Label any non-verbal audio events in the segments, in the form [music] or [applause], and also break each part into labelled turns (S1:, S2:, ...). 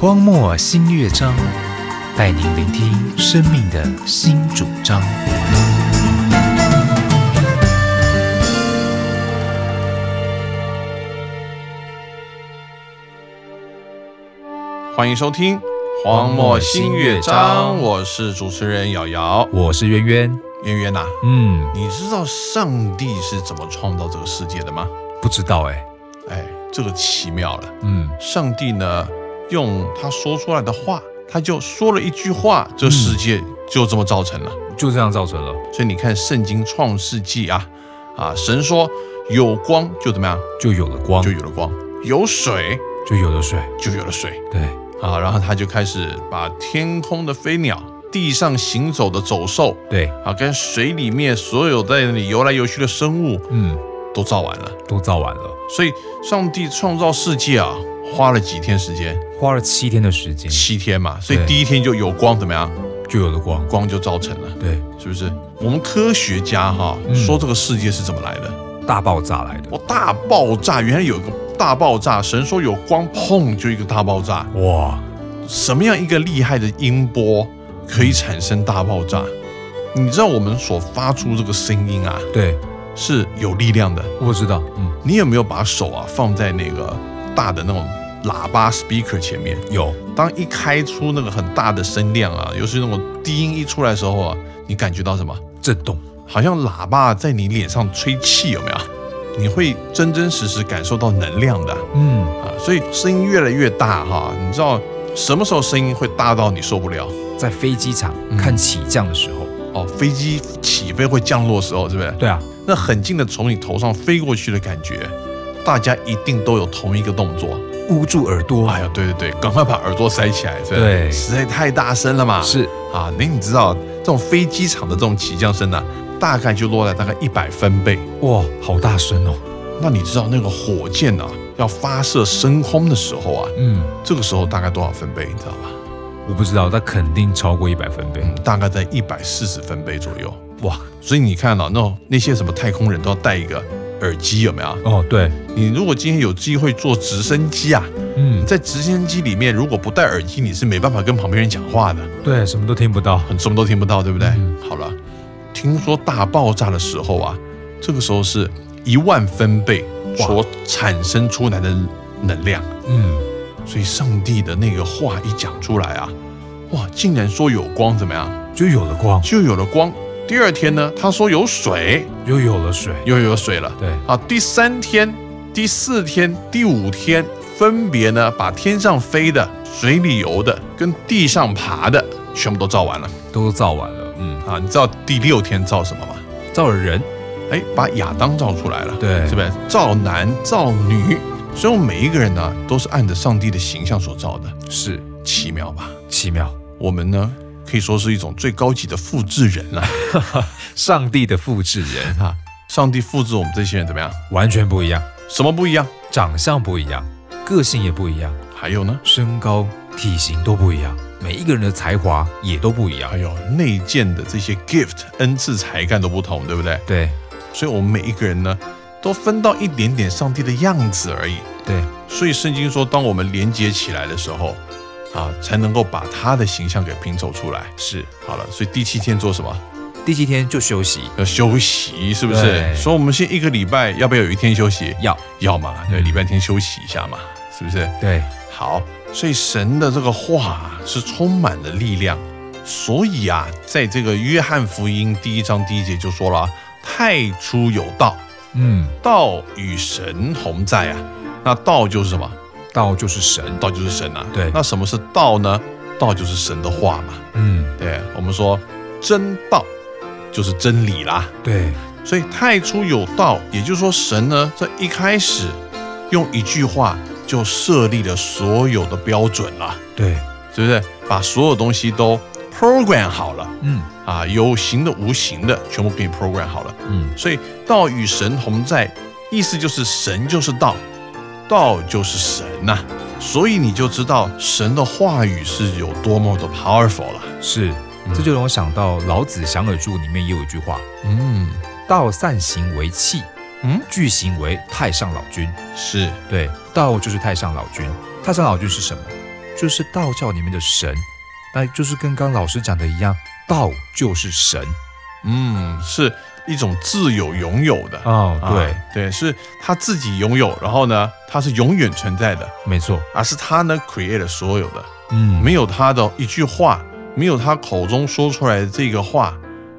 S1: 光墨新乐章，带您聆听生命的新主张。
S2: 欢迎收听《黄墨新乐章》，我是主持人瑶瑶。
S1: 我是渊渊，
S2: 圆圆呐，
S1: 嗯，
S2: 你知道上帝是怎么创造这个世界的吗？
S1: 不知道哎、
S2: 哎，这个奇妙了。
S1: 嗯，
S2: 上帝呢，用他说出来的话，他就说了一句话，这世界就这么造成了。
S1: 就这样造成了，
S2: 所以你看《圣经·创世纪》啊，啊，神说有光就怎么样，
S1: 就有了光
S2: 就，有了光；有水
S1: 就有了水，
S2: 就有了水。
S1: 对，
S2: 啊，然后他就开始把天空的飞鸟、地上行走的走兽
S1: 对，
S2: 啊，跟水里面所有在那里游来游去的生物
S1: 嗯，
S2: 都造完了。
S1: 都造完了，
S2: 所以，上帝创造世界啊，花了几天时间？
S1: 花了七天的时间
S2: 七天嘛。所以
S1: 对
S2: 第一天就有光，怎么样？
S1: 就有了光，
S2: 光就造成了，
S1: 对，
S2: 是不是？我们科学家哈、
S1: 嗯
S2: 说这个世界是怎么来的？
S1: 大爆炸来的，
S2: 我大爆炸，原来有一个大爆炸，神说有光，砰就一个大爆炸。
S1: 哇，
S2: 什么样一个厉害的音波可以产生大爆炸？你知道我们所发出这个声音啊，
S1: 对，
S2: 是有力量的。
S1: 我知道，嗯，
S2: 你有没有把手啊放在那个大的那种喇叭 speaker 前面？
S1: 有，
S2: 当一开出那个很大的声量啊，尤其是那种低音一出来的时候啊，你感觉到什么？
S1: 震动，
S2: 好像喇叭在你脸上吹气，有没有？你会真真实实感受到能量的
S1: 嗯，
S2: 啊，所以声音越来越大哈、你知道什么时候声音会大到你受不了？
S1: 在飞机场看起降的时候，
S2: 哦，飞机起飞会降落的时候，是不是？
S1: 对啊，
S2: 那很近的从你头上飞过去的感觉，大家一定都有同一个动作。
S1: 捂住耳朵，
S2: 哎呀，对对对，赶快把耳朵塞起来，是不是
S1: 对
S2: 实在太大声了嘛。
S1: 是
S2: 啊，那你知道这种飞机场的这种起降声呢、大概就落在大概一百分贝。
S1: 哇，好大声哦，
S2: 那你知道那个火箭啊，要发射升空的时候啊，
S1: 嗯，
S2: 这个时候大概多少分贝，你知道吧？
S1: 我不知道，但肯定超过一百分贝，
S2: 嗯，大概在一百四十分贝左右。
S1: 嗯哇，
S2: 所以你看啊到、那种那些什么太空人都要戴一个耳机，有没有？
S1: 哦，对，
S2: 你如果今天有机会坐直升机啊，
S1: 嗯
S2: 你，在直升机里面如果不戴耳机，你是没办法跟旁边人讲话的，
S1: 对，什么都听不到，
S2: 很什么都听不到，对不对？
S1: 嗯
S2: 好了，听说大爆炸的时候啊，这个时候是一万分贝
S1: 哇
S2: 所产生出来的能量，
S1: 嗯，
S2: 所以上帝的那个话一讲出来啊，哇，竟然说有光怎么样，
S1: 就有了光，
S2: 就有了光。第二天呢，他说有水，
S1: 又有了水，
S2: 又有水了。
S1: 对，
S2: 啊，第三天、第四天、第五天，分别呢把天上飞的、水里游的、跟地上爬的全部都造完了
S1: 都造完了，嗯，
S2: 啊！你知道第六天造什么吗？
S1: 造了人，
S2: 哎，把亚当造出来了，
S1: 对
S2: 是不是？造男造女，所以我们每一个人呢、都是按着上帝的形象所造的，
S1: 是
S2: 奇妙吧？
S1: 奇妙， [laughs]
S2: 我们呢可以说是一种最高级的复制人啊了
S1: 上帝的复制人
S2: 啊！上帝复制我们这些人怎么样？
S1: 完全不一样，
S2: 什么不一样？
S1: 长相不一样，个性也不一样，
S2: 还有呢？
S1: 身高、体型都不一样，每一个人的才华也都不一样
S2: 还，有内建的这些 gift 恩赐才干都不同，对不对？
S1: 对
S2: 所以我们每一个人呢，都分到一点点上帝的样子而已。
S1: 对，
S2: 所以圣经说，当我们连接起来的时候，啊，才能够把他的形象给拼凑出来。
S1: 是。
S2: 好了，所以第七天做什么？
S1: 第七天就休息，
S2: 要休息，是不
S1: 对
S2: 是？所以我们先一个礼拜，要不要有一天休息？
S1: 要
S2: 要嘛，对，
S1: 嗯
S2: 礼拜天休息一下嘛，是不是？
S1: 对，
S2: 好，所以神的这个话是充满了力量，所以啊，在这个约翰福音第一章第一节就说了啊：“太初有道，
S1: 嗯，
S2: 道与神同在啊。”那道就是什么？
S1: 道就是神，
S2: 道就是神啊。
S1: 对
S2: 那什么是道呢？道就是神的话嘛。
S1: 嗯，
S2: 对，我们说真道就是真理啦。
S1: 对，
S2: 所以太初有道，也就是说神呢，在一开始用一句话就设立了所有的标准了。
S1: 对，
S2: 是不是？把所有东西都 program 好了
S1: 嗯
S2: 啊，有形的、无形的，全部给你 program 好了。
S1: 嗯，
S2: 所以道与神同在，意思就是神就是道，道就是神呐、所以你就知道神的话语是有多么的 powerful 了。
S1: 是，这就让我想到《老子·降尔注》里面也有一句话：“
S2: 嗯
S1: 道散行为器，
S2: 嗯，
S1: 具行为太上老君。
S2: 是
S1: 对，道就是太上老君。太上老君是什么？就是道教里面的神，那就是跟刚老师讲的一样，道就是神
S2: 嗯，是一种自有拥有的。
S1: 哦
S2: 啊
S1: 对，
S2: 对，是他自己拥有，然后呢，他是永远存在的，
S1: 没错，
S2: 而是他呢 create 了所有的，
S1: 嗯，
S2: 没有他的一句话，没有他口中说出来的这个话，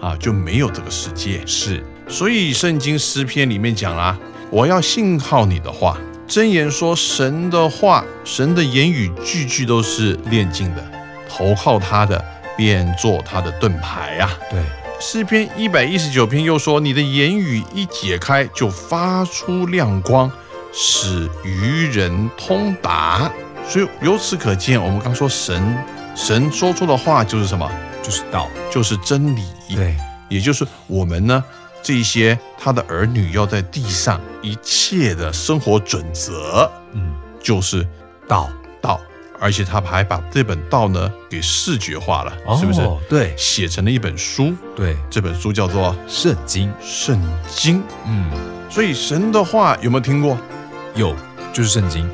S2: 啊，就没有这个世界。
S1: 是，
S2: 所以圣经诗篇里面讲啦、我要信靠你的话。箴言说，神的话，神的言语句句都是炼净的，投靠他的，便做他的盾牌啊。
S1: 对，
S2: 诗篇一百一十九篇又说：“你的言语一解开，就发出亮光，使愚人通达。”所以由此可见，我们刚说神，神说出的话就是什么？
S1: 就是道，
S2: 就是真理。，
S1: 对，
S2: 也就是我们呢，这一些他的儿女要在地上一切的生活准则
S1: 嗯，
S2: 就是
S1: 道，
S2: 道，而且他还把这本道呢给视觉化了，是不是？
S1: 哦？对，
S2: 写成了一本书，
S1: 对，
S2: 这本书叫做
S1: 圣经，
S2: 《圣经》。
S1: 嗯，
S2: 所以神的话有没有听过？
S1: 有就是圣经，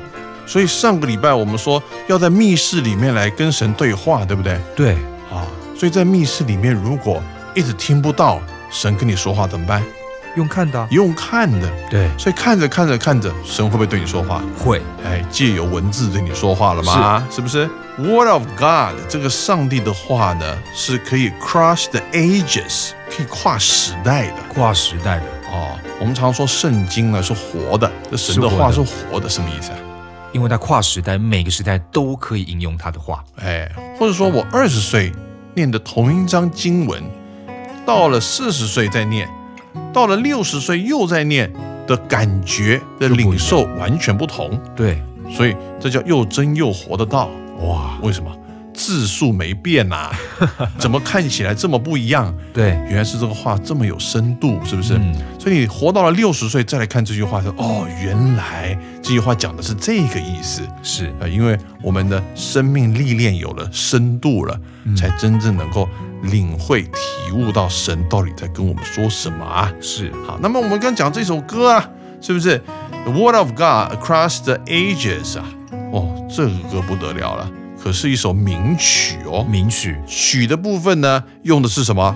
S2: 所以上个礼拜我们说要在密室里面来跟神对话，对不对？
S1: 对，
S2: 啊，所以在密室里面如果一直听不到神跟你说话怎么办？
S1: 用看的啊、
S2: 用看的，
S1: 对，
S2: 所以看着看着看着，神会不会对你说话？
S1: 会，
S2: 哎，借由文字对你说话了吗？是不是？Word of God 这个上帝的话呢，是可以 cross the ages，可以跨时代的。
S1: 跨时代的，
S2: 哦，我们常说圣经呢是活的，这神的
S1: 是活
S2: 话
S1: 的
S2: 是活的，什么意思啊？
S1: 因为它跨时代，每个时代都可以应用它的话，
S2: 哎，或者说我二十岁念的同一章经文，到了四十岁再念，到了六十岁又在念的感觉的
S1: 就不一样
S2: 领受完全不同，
S1: 对，
S2: 所以这叫又真又活的道。
S1: 哇，
S2: 为什么字数没变呐、怎么看起来这么不一样？
S1: 对，
S2: 原来是这个话这么有深度，是不是？
S1: 嗯
S2: 所以你活到了六十岁再来看这句话，说哦，原来这句话讲的是这个意思。
S1: 是，
S2: 呃，因为我们的生命历练有了深度了，才真正能够领会、体悟到神到底在跟我们说什么啊。
S1: 是，
S2: 好，那么我们刚讲这首歌啊，是不是《The Word of God Across the Ages》啊？哦，这个歌不得了了，可是一首名曲哦。
S1: 名曲，
S2: 曲的部分呢，用的是什么？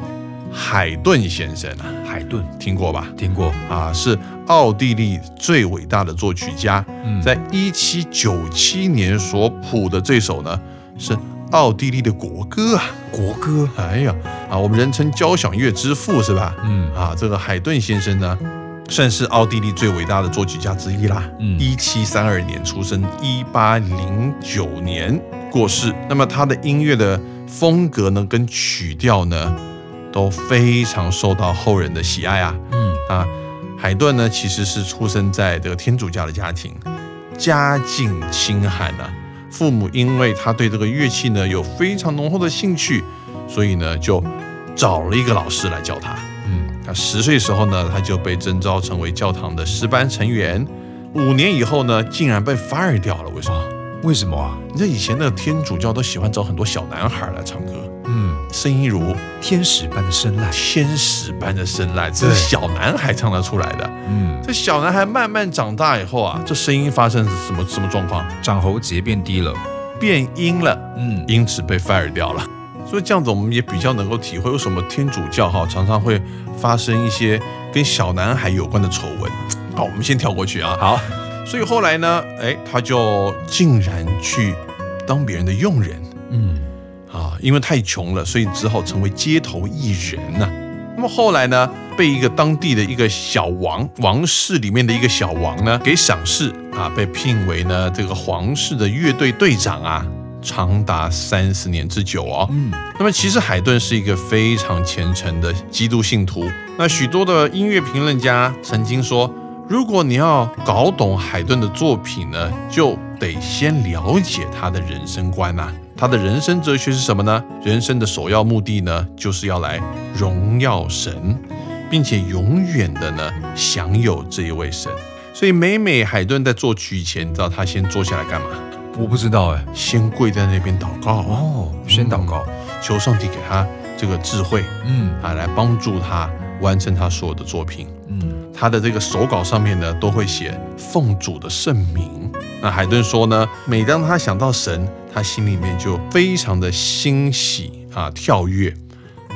S2: 海顿先生啊，
S1: 海顿
S2: 听过吧？
S1: 听过，
S2: 啊，是奥地利最伟大的作曲家，
S1: 嗯
S2: 在一七九七年所谱的这首呢，是奥地利的国歌啊！
S1: 国歌，
S2: 哎呀，啊，我们人称交响乐之父是吧？
S1: 嗯
S2: 啊，这个海顿先生呢，算是奥地利最伟大的作曲家之一啦。
S1: 嗯
S2: 一七三二年出生，一八零九年过世。那么他的音乐的风格呢，跟曲调呢，都非常受到后人的喜爱啊。
S1: 嗯，
S2: 啊，海顿呢其实是出生在这个天主教的家庭，家境清寒啊。父母因为他对这个乐器呢有非常浓厚的兴趣，所以呢就找了一个老师来教他。
S1: 嗯，
S2: 他十岁时候呢，他就被征召成为教堂的师班成员。五年以后呢，竟然被 fire 掉了。为什么？
S1: 为什么啊？
S2: 你知道以前的天主教都喜欢找很多小男孩来唱歌，
S1: 嗯，
S2: 声音如
S1: 天使般的声籁，
S2: 天使般的声籁，这是小男孩唱得出来的。
S1: 嗯，
S2: 这小男孩慢慢长大以后啊，这声音发生什么什么状况？
S1: 长喉结变低了，
S2: 变音了，
S1: 嗯，
S2: 因此被 fire 掉了。所以这样子，我们也比较能够体会为什么天主教哈常常会发生一些跟小男孩有关的丑闻。好，我们先跳过去啊。
S1: 好，
S2: 所以后来呢，哎，他就竟然去当别人的佣人
S1: 嗯，
S2: 啊，因为太穷了，所以只好成为街头艺人呐、那么后来呢，被一个当地的一个小王王室里面的一个小王呢给赏识啊，被聘为呢这个皇室的乐队队长啊，长达三十年之久哦。
S1: 嗯，
S2: 那么其实海顿是一个非常虔诚的基督信徒。那许多的音乐评论家曾经说，如果你要搞懂海顿的作品呢，就得先了解他的人生观呐、他的人生哲学是什么呢？人生的首要目的呢，就是要来荣耀神，并且永远的呢享有这一位神。所以每每海顿在作曲以前，你知道他先坐下来干嘛？
S1: 我不知道哎，
S2: 先跪在那边祷告。
S1: 哦，先祷告，
S2: 求上帝给他这个智慧
S1: 嗯
S2: 啊，来帮助他完成他所有的作品。
S1: 嗯，
S2: 他的这个手稿上面呢，都会写奉主的圣名。那海顿说呢，每当他想到神，他心里面就非常的欣喜啊，跳跃。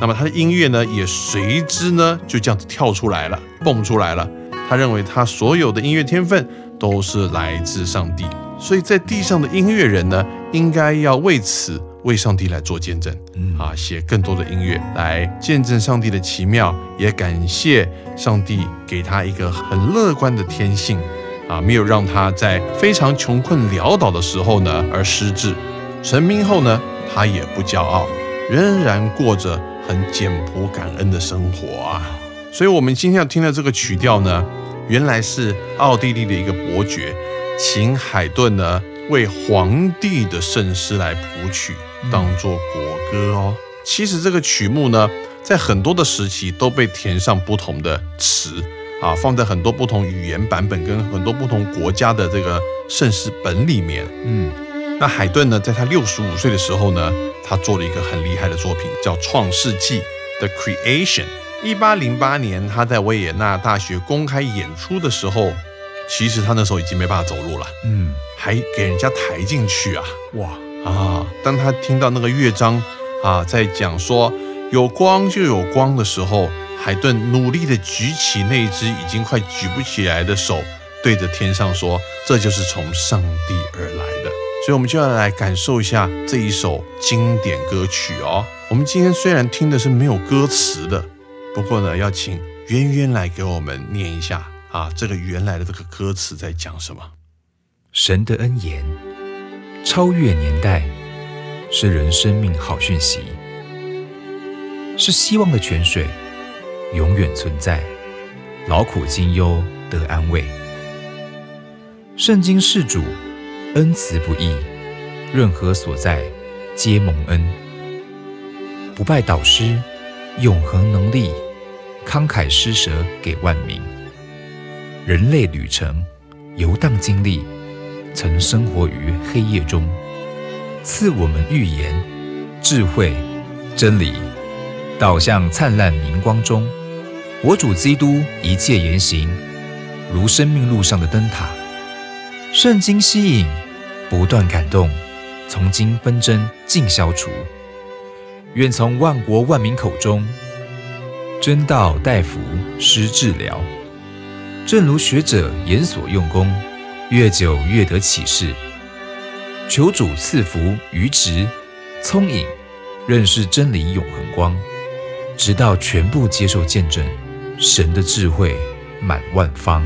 S2: 那么他的音乐呢，也随之呢就这样子跳出来了，蹦出来了。他认为他所有的音乐天分都是来自上帝，所以在地上的音乐人呢，应该要为此为上帝来做见证
S1: 嗯
S2: 啊，写更多的音乐来见证上帝的奇妙，也感谢上帝给他一个很乐观的天性啊，没有让他在非常穷困潦倒的时候呢而失志。成名后呢，他也不骄傲，仍然过着很简朴感恩的生活啊。所以，我们今天要听的这个曲调呢，原来是奥地利的一个伯爵秦海顿呢为皇帝的圣诗来谱曲，当做国歌哦。其实这个曲目呢，在很多的时期都被填上不同的词啊，放在很多不同语言版本跟很多不同国家的这个圣诗本里面。
S1: 嗯
S2: 那海顿呢，在他六十五岁的时候呢，他做了一个很厉害的作品，叫《创世纪》（The Creation）。一八零八年，他在维也纳大学公开演出的时候，其实他那时候已经没办法走路了，
S1: 嗯，
S2: 还给人家抬进去啊
S1: 哇，
S2: 啊！当他听到那个乐章啊，在讲说有光就有光的时候，海顿努力的举起那一只已经快举不起来的手，对着天上说：“这就是从上帝而来的。”所以，我们就要来感受一下这一首经典歌曲哦。我们今天虽然听的是没有歌词的，不过呢，要请渊渊来给我们念一下啊，这个原来的这个歌词在讲什么？
S1: 神的恩言，超越年代，是人生命好讯息，是希望的泉水，永远存在，劳苦经忧得安慰。圣经是主，恩慈不易，任何所在皆蒙恩。不拜导师，永恒能力，慷慨施舍给万民。人类旅程，游荡经历，曾生活于黑夜中，赐我们预言、智慧、真理，导向灿烂明光中。我主基督一切言行，如生命路上的灯塔，圣经吸引，不断感动，从今纷争尽消除。愿从万国万民口中，真道代服施治疗。正如学者研所用功，越久越得启示。求主赐福愚直、聪颖，认识真理永恒光，直到全部接受见证，神的智慧满万方。